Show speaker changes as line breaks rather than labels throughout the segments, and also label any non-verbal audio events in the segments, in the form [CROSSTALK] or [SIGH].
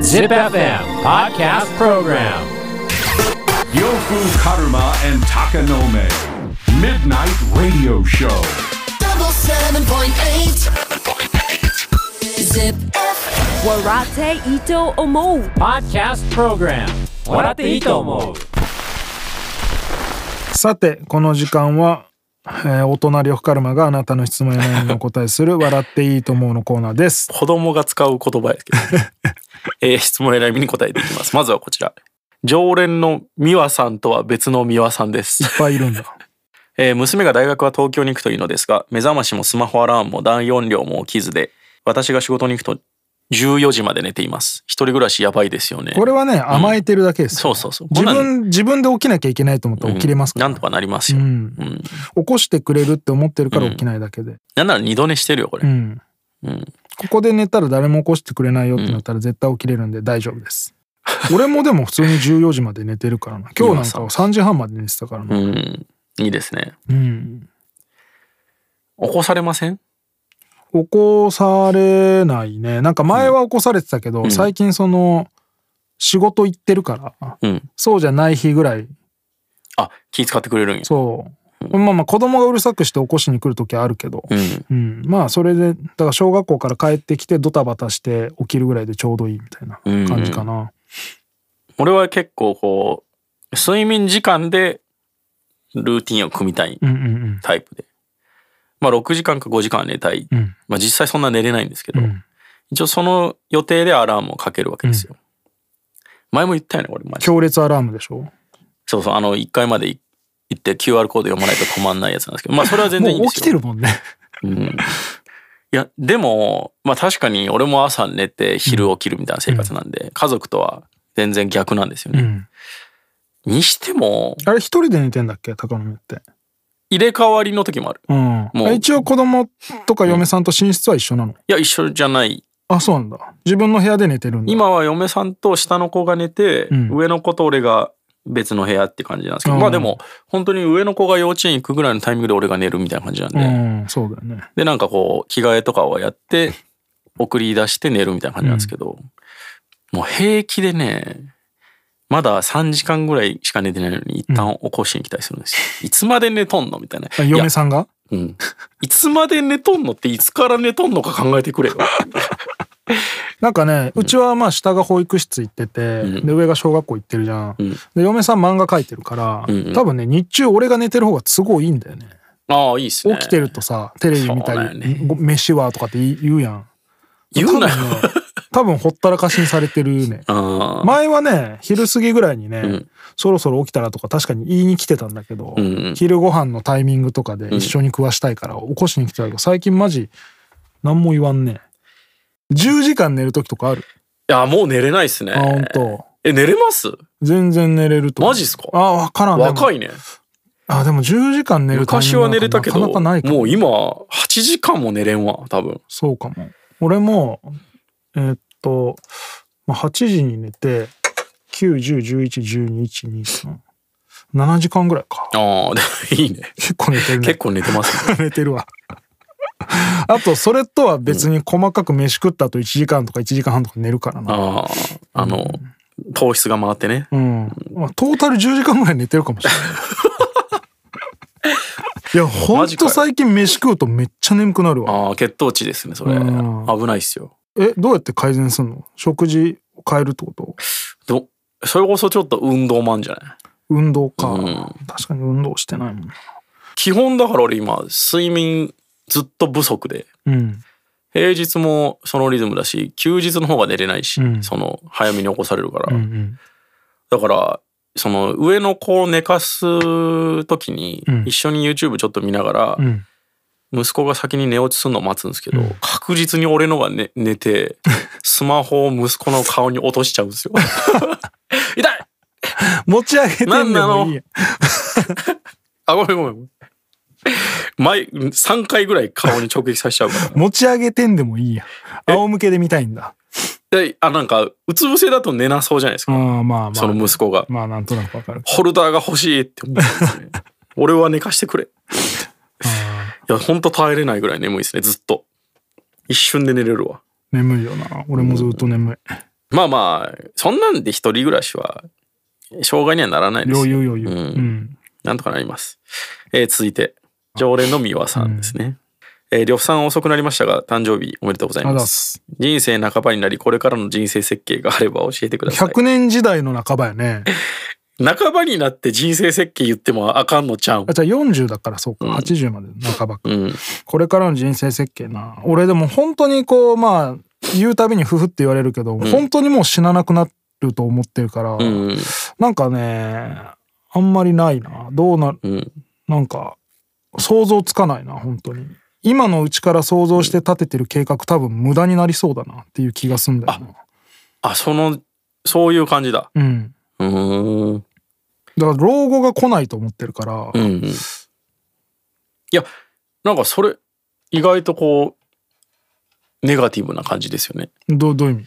Zip FM Podcast Program
Yofu Karuma and Takanome. Midnight Radio Show.
double seven point eight. Zip.
Warate Ito Omo.
Podcast Program 笑っていいと思う
さてこの時間は、えー、お隣オフカルマがあなたの質問や悩みにお答えする「笑っていいと思う」のコーナーです
子供が使う言葉で
[LAUGHS]
すけど、ねえー質問や悩みに答えていきます。まずはこちら。常連の美和さんとは別の美和さんです。 [LAUGHS]
いっぱいいるんだ
えー娘が大学は東京に行くというのですが、目覚ましもスマホアラームも大音量も起きずで、私が仕事に行くと14時まで寝ています。一人暮らしやばいですよね。
これはね甘えてるだけですよ、
そうそうそう。
自
こんなん
分自分で起きなきゃいけないと思ったら起きれますから、
なんとかなります
う
よ。うん
ん、起こしてくれるって思ってるから起きないだけで、
なんなら二度寝してるよ、こ
う
れ。
ん
うん。
ここで寝たら誰も起こしてくれないよってなったら絶対起きれるんで大丈夫です、俺もでも普通に14時まで寝てるからな今日なんかは3時半まで寝てたから
う
な、
ん。いいですね。
うん、
起こされません
起こされないねなんか前は起こされてたけど、
ん
最近その仕事行ってるから
うん。
そうじゃない日ぐらい
あ、気遣ってくれるんや。
そう、まあまあ子供がうるさくして起こしに来る時はあるけど、
うん。
うん、まあそれでだから小学校から帰ってきてドタバタして起きるぐらいでちょうどいいみたいな感じかな、
俺は結構こう、睡眠時間でルーティンを組みたい
うん、うんうん
タイプで。まあ6時間か5時間は寝たい。
うん
まあ実際そんな寝れないんですけど、
うん
一応その予定でアラームをかけるわけですよ。前も言ったよね、俺前。
強烈アラームでしょ
そうそう、あの1階まで行って QR コード読まないと困んないやつなんですけど、まあそれは全然いいん
もう
で
起
す
きて
よ。
るもんね
うんいや、でも、まあ確かに俺も朝寝て昼起きるみたいな生活なんで、家族とは全然逆なんですよ
う
ね。
ん
にしても、
あれ一人で寝てんだっけ高野目って
入れ替わりの時もある。
うん
もう
一応子供とか嫁さんと寝室は一緒なの、
いや、一緒じゃない。
あそうなんだ自分の部屋で寝てるんだ
今は嫁さんと下の子が寝て、
うん
上の子と俺が別の部屋って感じなんですけど、
うん
まあでも、本当に上の子が幼稚園行くぐらいのタイミングで俺が寝るみたいな感じなんで、
うんそうだよね
で、なんかこう、着替えとかはやって、送り出して寝るみたいな感じなんですけど、もう平気でね、まだ3時間ぐらいしか寝てないのに、一旦起こしに来たりするんですよ。
[LAUGHS]
いつまで寝とんのみたいな。
あ
いや
嫁さんが
うん。いつまで寝とんのって、いつから寝とんのか考えてくれよ。
なんかねうちはまあ下が保育室行ってて、
うん
で上が小学校行ってるじゃん、 [LAUGHS]
うん
で嫁さん漫画描いてるから、
うんうん
多分ね日中俺が寝てる方が都合いいんだよね
ああ、いいっすね。
起きてるとさテレビ見た
そうだよ
り、
ね
ご飯はとかって言い言うやん
言うなよ
多分ね多分ほったらかしにされてるね
ああ。
前はね昼過ぎぐらいにね、
ん
そろそろ起きたらとか確かに言いに来てたんだけど、
うんうん
昼ご飯のタイミングとかで一緒に食わしたいから起こしに来たけど最近マジ何も言わんね10時間寝る時とかある、
いや、もう寝れないっすね。
あ本当。
え、寝れます
全然寝れると思う
マジっすか
あ分からんでも
若いね。
あでも10時間寝るタイミン
昔
グ
は
なんか
寝れたけど、
なかなかないかも
もう今、8時間も寝れんわ、多分。
そうかも俺もえーっと、まあ、8時に寝て91011121237時間ぐらいか
ああ、いいね。
[LAUGHS] 結構寝てるね
結構寝てます
[LAUGHS]
ね。
寝てるわあとそれとは別に細かく飯食った後1時間とか1時間半とか寝るからな
ああ、あの、糖質が回ってね。
うん、まあ、トータル10時間ぐらい寝てるかもしれない [LAUGHS] いやほん
マジか
と
よ
最近飯食うとめっちゃ眠くなるわ
ああ、血糖値ですね、それ。
うん
危ないっすよ。
えどうやって改善するの食事を変えるってこと
ど、それこそちょっと運動もあんじゃない
運動か、
うん
確かに運動してないもんな
基本だから俺今、睡眠ずっと不足で、
うん
平日もそのリズムだし、休日の方が寝れないし、
うん
その、早めに起こされるから。
うん
だから、その上の子を寝かす時に
うん
一緒に YouTube ちょっと見ながら
うんうん
息子が先に寝落ちするのを待つんですけど
うん
確実に俺のが寝
[LAUGHS]
寝てスマホを息子の顔に落としちゃうんですよ。痛い
持ち上げてんでもいいや
あごめんごめんごめん。毎3回ぐらい顔に直撃させちゃうか
持ち上げてんでもいいや仰向けで見たいんだ
ら。であなんかうつ伏せだと寝なそうじゃないです
あ
か、
あまあま
そ
あ
の息子が。
まあなんとなくわかる
ホルダーが欲しいって思ったんですね。俺は寝かしてくれ。いや、ほんと耐えれないぐらい眠いですね、ずっと。一瞬で寝れるわ。
眠いよな。俺もずっと眠い。
まあまあ、そんなんで一人暮らしは、障害にはならないですよ。
余裕余裕。
う
うんん。
なんとかなります。えー続いて、常連の三輪さんですね。えー、呂布さん遅くなりましたが、誕生日おめでとうござい
あ
ま
ざっ
す。
す。
人生半ばになり、これからの人生設計があれば教えてください。
100年時代の半ばやね。
半ばになって人生設計言ってもあかんのちゃうん
あ、。じゃあ40だからそうか。80までの半ばか。
うん。
これからの人生設計な。俺でも本当にこう、まあ、言うたびにふふって言われるけど、本当にもう死ななくなると思ってるから、
うん。
なんかね、あんまりないな。どうな、
うん。
なんか、想像つかないな、本当に。今のうちから想像して立ててる計画多分無駄になりそうだなっていう気がすんだよな。
あ、その、そういう感じだ。
うん。
うーん。
だから老後が来ないと思ってるから、
うんうん。いや、なんかそれ、意外とこう、ネガティブな感じですよね。
どうどういう意味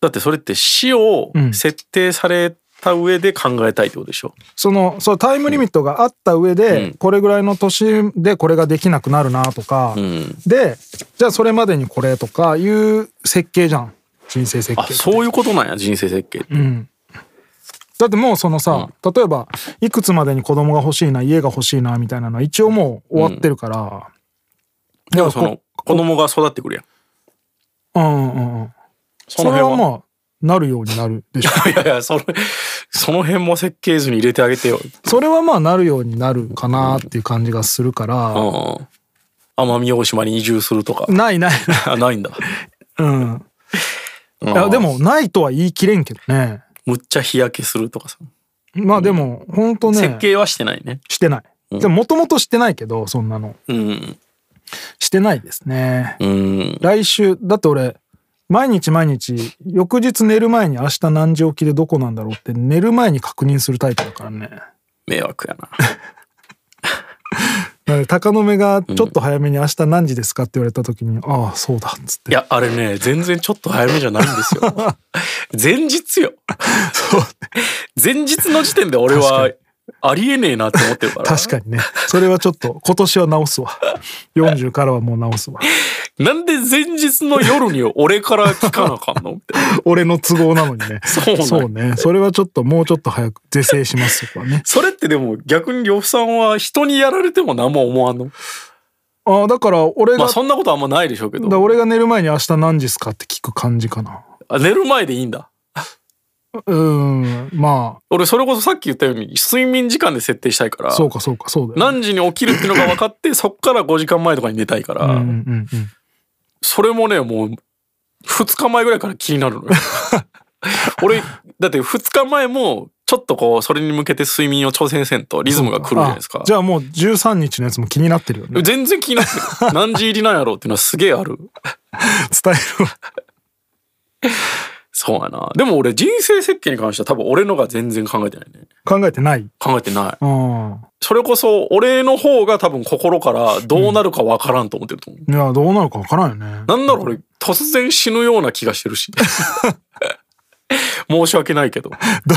だってそれって死を
うん
設定された上で考えたいってことでしょ。
そのそうタイムリミットがあった上で、
うん
これぐらいの年でこれができなくなるなとか、
うん。
でじゃあそれまでにこれとかいう設計じゃん人生設計
あ、
って
そういうことなんや、人生設計って。
うん、だってもうそのさ、例えばいくつまでに子供が欲しいな家が欲しいなみたいなのは一応もう終わってるから、
でもその
こ、
子供が育ってくるやん。
うんうんうんそ
その
れ
辺
は
は。
まあなるようになるでしょ
[LAUGHS] いやいや、その、その辺も設計図に入れてあげてよ。
それはまあなるようになるかなっていう感じがするから、
うん。奄美大島に移住するとか。
ないないない
[LAUGHS] あないんだ。
うんいやでもないとは言い切れんけどね
むっちゃ日焼けするとかさ。
まあでも本当ね
設計はしてないね。
してないでももともとしてないけどそんなの
うん。
してないですね
うん。
来週だって俺毎日毎日翌日寝る前に明日何時起きでどこなんだろうって寝る前に確認するタイプだからね
迷惑やな。
なので鷹の目がちょっと早めに明日何時ですかって言われた時に、ああそうだっつっ
い
て
や、あれね、全然ちょっと早めじゃないんです
[LAUGHS]
よ。前日よ。前日の時点で俺は
確
ありえねえなって思ってるから。
確かにねそれはちょっと今年は直すわ40からはもう直すわ
なんで前日の夜に俺から聞かなあかん
[LAUGHS]
のって。
俺の都合なのにね
[LAUGHS] そうなん
ねそれはちょっともうちょっと早く是正しますそこはね
それってでも逆に呂布さんは人にやられても何も思わんの
ああだから俺が、
まあそんなことあんまないでしょうけ
だから
ど。
俺が寝る前に明日何時ですかって聞く感じかな
あ寝る前でいいんだ。
うーんま
俺それこそさっき言ったように睡眠時間で設定したいから。
あそうかそうかそうだよね
何時に起きるっていうのが分かって、 [LAUGHS] そっから5時間前とかに寝たいから、
うんうんうん
それもね、もう、2日前ぐらいから気になる
[LAUGHS]
のよ。俺、だって2日前も、ちょっとこう、それに向けて睡眠を挑戦せんとリズムが来るじゃないですか
あ。じゃあもう13日のやつも気になってるよね
全然気になって
[LAUGHS]
る。何時入りなんやろうっていうのはすげえある。
伝えるわ [LAUGHS]
そうやな。でも俺、人生設計に関しては多分俺のが全然考えてないね。
考えてない
考えてない。
あ
それこそ、俺の方が多分心からどうなるか分からんと思ってると思
い
う。
やどうなるかわからんよね
なんだろう、俺、突然死ぬような気がしてるし。 [LAUGHS] 申し訳ないけど、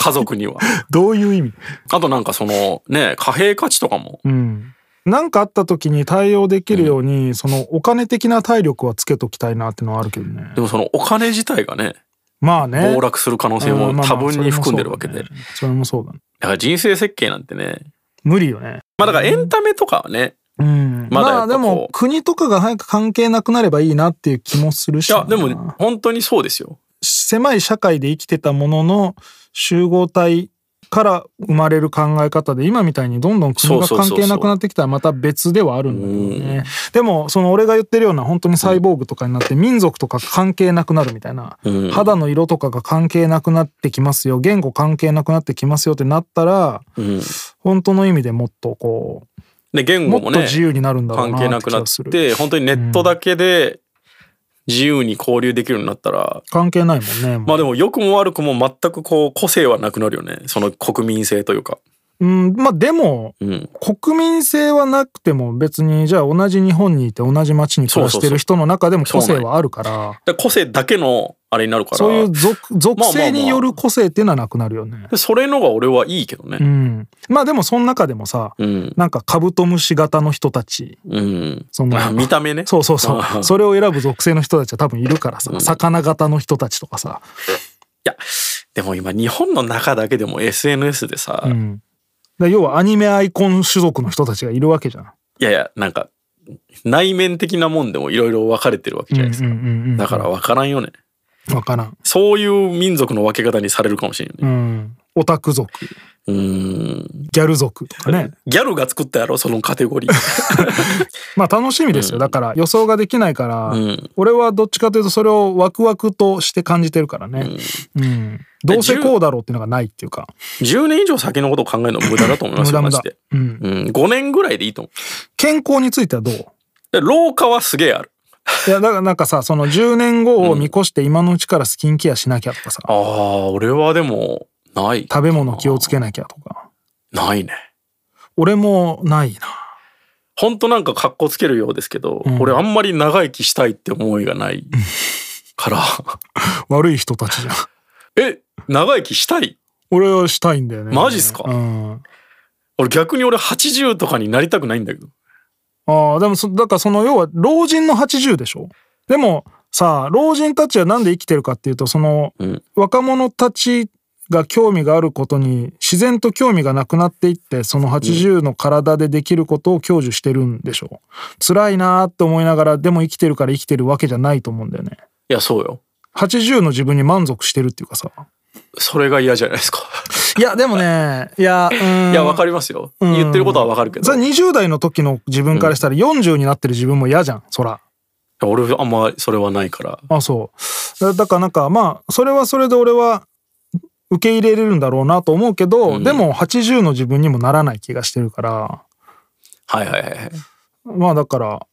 家族には。
どういう意味
あとなんかその、ね、貨幣価値とかも。
うんなんかあった時に対応できるように、そのお金的な体力はつけときたいなってのはあるけどね
でもそのお金自体がね、
まあね
暴落する可能性
う
も
んまあまあ
多分に含んでるわけで。だか
それもそうだねそれもそうだね
ら人生設計なんてね、
無理よね
まあだからエンタメとかはね、
うん、ま
まだやっぱこう
あでも国とかが早く関係なくなればいいなっていう気もするし
い
な
や、でも本当にそうですよ。
狭い社会で生きてたものの集合体から生まれる考え方で今みたいにどんどん国が
そうそうそう
関
そう
係なくなってきたらまた別ではあるんだけどねでもその俺が言ってるような本当にサイボーグとかになって民族とか関係なくなるみたいな
うん
肌の色とかが関係なくなってきますよ言語関係なくなってきますよってなったら
うん。
本当の意味でもっとこ
で、
う
言
も
語
っ
も
と
ね、
自由になるんだろう
関係
な
な
って
く
気
なっ
がする
て、本当にネットだけで自由に交流できるようになったら、
関係ないもんねもう
まあでも良くも悪くも全くこう個性はなくなるよね。その国民性というか。
うんまあでも
うん。
国民性はなくても別にじゃあ同じ日本にいて同じ町に暮らしてる人の中でも個性はあるから
だから個性だけのあれになるから
そういう属属
まあまあまあ
性による個性っていうのはなくなるよね、
でそれのが俺はいいけどね
うんまあでもその中でもさ、
うん
なんかカブトムシ型の人たち
うん
そんな
あ見た目ね
そうそうそ
あ
うそれを選ぶ属性の人たちは多分いるからさ魚型の人たちとかさ、
いやでも今日本の中だけでも SNS でさ、
うん、だから要はアニメアイコン種族の人たちがいるわけじゃん
いやいやなんか内面的なもんでもいろいろ分かれてるわけじゃないですか、
うんうんうんうん
だから分からんよね
分からん、
そういう民族の分け方にされるかもしれんよ
う
ね
ん、オタク族
うーん
ギャル族とかね
ギャルが作ったやろそのカテゴリー
[LAUGHS] まあ楽しみですよだから予想ができないから、
ん
俺はどっちかというとそれをワクワクとして感じてるからね、うんどうせこうだろうっていうのがないっていうか
10年以上先のことを考えるのは無駄だと思います
無 [LAUGHS] 駄無
よマジ
駄
で、、
うん、
うん、5年ぐらいでいいと思
健康についてはどう
うで老化はすげえある
いやだからなんかさその10年後を見越して今のうちからスキンケアしなきゃとかさ、
ああ俺はでもない
食べ物気をつけなきゃとか
ないね
俺もないな
ほんとなんか格好つけるようですけど、俺あんまり長生きしたいって思いがない
[LAUGHS]
から [LAUGHS]
悪い人たちじゃん
え長生きしたい
俺はしたいんだよね
マジっすか
うん
俺逆に俺80とかになりたくないんだけど
ああでもそだからその要は老人の80でしょでもさ老人たちはなんで生きてるかっていうとその、
うん
若者たちが興味があることに自然と興味がなくなっていってその80の体でできることを享受してるんでしょ辛いなーって思いながらでも生きてるから生きてるわけじゃないと思うんだよね
いやそうよ
80の自分に満足してるっていうかさ
それが嫌じゃないですか
いやでもねいやうーん
いやわかりますよ言ってることはわかるけど
ザ20代の時の自分からしたら40になってる自分も嫌じゃんそら
俺あんまそれはないから
あそうだだからなんかまあそれはそれで俺は受け入れれるんだろうなと思うけど、でも80の自分にもならない気がしてるから
はいはいはい
まあだから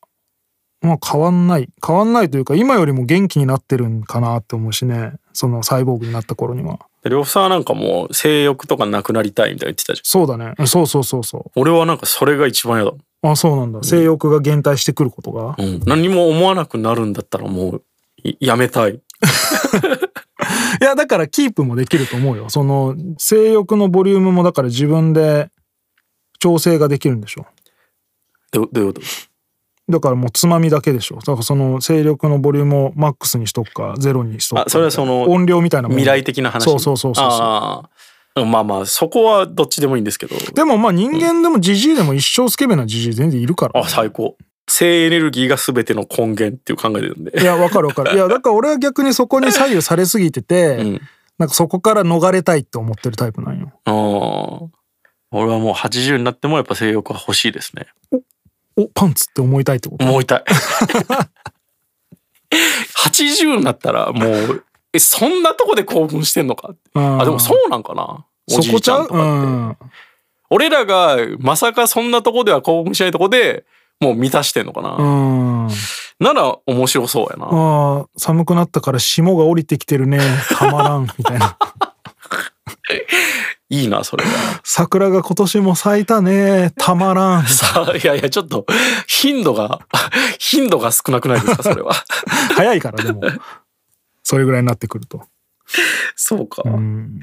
まあ変わんない変わんないというか今よりも元気になってるんかなって思うしねそのサイボーグになった頃には
で呂布さんはなんかもう性欲とかなくなりたいみたいな言ってたじゃ
そうだねそうそうそうそ
ん俺はなんかそれが一番嫌だもん、
うあそうなんだ性欲が減退してくることが
うん、何も思わなくなるんだったらもういやめたい
いやだからキープもできると思うよその性欲のボリュームもだから自分で調整ができるんでしょ
どどういうこと
だからもうつまみだけでしょだからその勢力のボリュームをマックスにしとくかゼロにしとくか
あそれはその
音量みたいなもん
未来的な話
そうそうそうそうそう
ああまあまあそこはどっちでもいいんですけど
でもまあ人間でもジジイでも一生スケベなジジイ全然いるから、
あ最高性エネルギーが全ての根源っていう考えてるんで
いやわかるわかるいやだから俺は逆にそこに左右されすぎてて、
うん
なんかそこから逃れたいって思ってるタイプなんよ
ああ俺はもう80になってもやっぱ性欲は欲しいですね
おパンツって思いたいってこと
もう
[LAUGHS]
痛い80になったらもうえそんなとこで興奮してんのかってあでもそうなんかなお
そ
じい
こ
ち
ち
ゃ
ゃ
ん
う
とかって、俺らがまさかそんなとこでは興奮しないとこでもう満たしてんのかな、
うん、うん、
なら面白そうやな、
あー寒くなったから霜が降りてきてるねたま
[LAUGHS]
らんみたいな
いいなそれが
桜が今年も咲いたねたまらん
[LAUGHS] さあいやいやちょっと頻度が [LAUGHS] 頻度が少なくないですかそ
[LAUGHS]
れは
早いからでもそれぐらいになってくると。
そうか、
うん、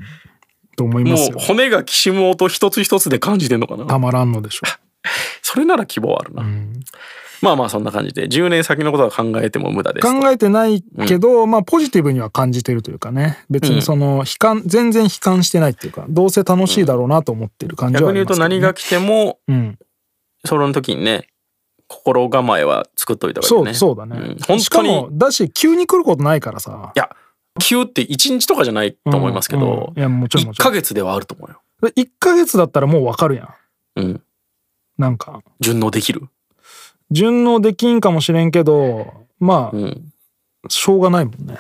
と思いま
も
す
う
よ。
骨がきしむ音一つ一つで感じてんのかな
たまらんのでしょ
それなら希望あるな、まあまあそんな感じで10年先のことは考えても無駄で
う。
す
考えてないけど、まあポジティブには感じてるというかね別にその悲観、全然悲観してないっていうかどうせ楽しいだろうなと思ってる感じ
逆
は
に
あり
言う
ま
と
すけどね、
何が来ても
うん、
その時にね心構えは作っといた方がい
そ
い
そ
うね
うだね、
ん本
し
当
か
に
もだし急に来ることないからさ
いや急って1日とかじゃないと思いますけど、
うんいやもちろん
1
もちろ
ヶ
ん
月ではあると思うよ、
1ヶ月だったらもうわかるやん
うん、
なんか
順応できる、
順応できんかもしれんけどまあ、
うん、
しょうがないもんね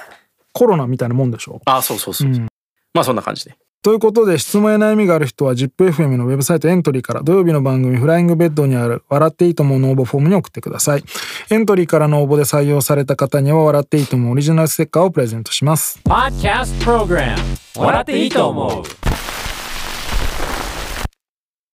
コロナみたいなもんでしょ
あそうそうそうそう、
うん
まあそんな感じで
ということで質問や悩みがある人は ZIPFM のウェブサイトエントリーから土曜日の番組「フライングベッド」にある「笑っていいとも」の応募フォームに送ってくださいエントリーからの応募で採用された方には「笑っていいとも」オリジナルステッカーをプレゼントします
Podcast Program 笑っていいと思う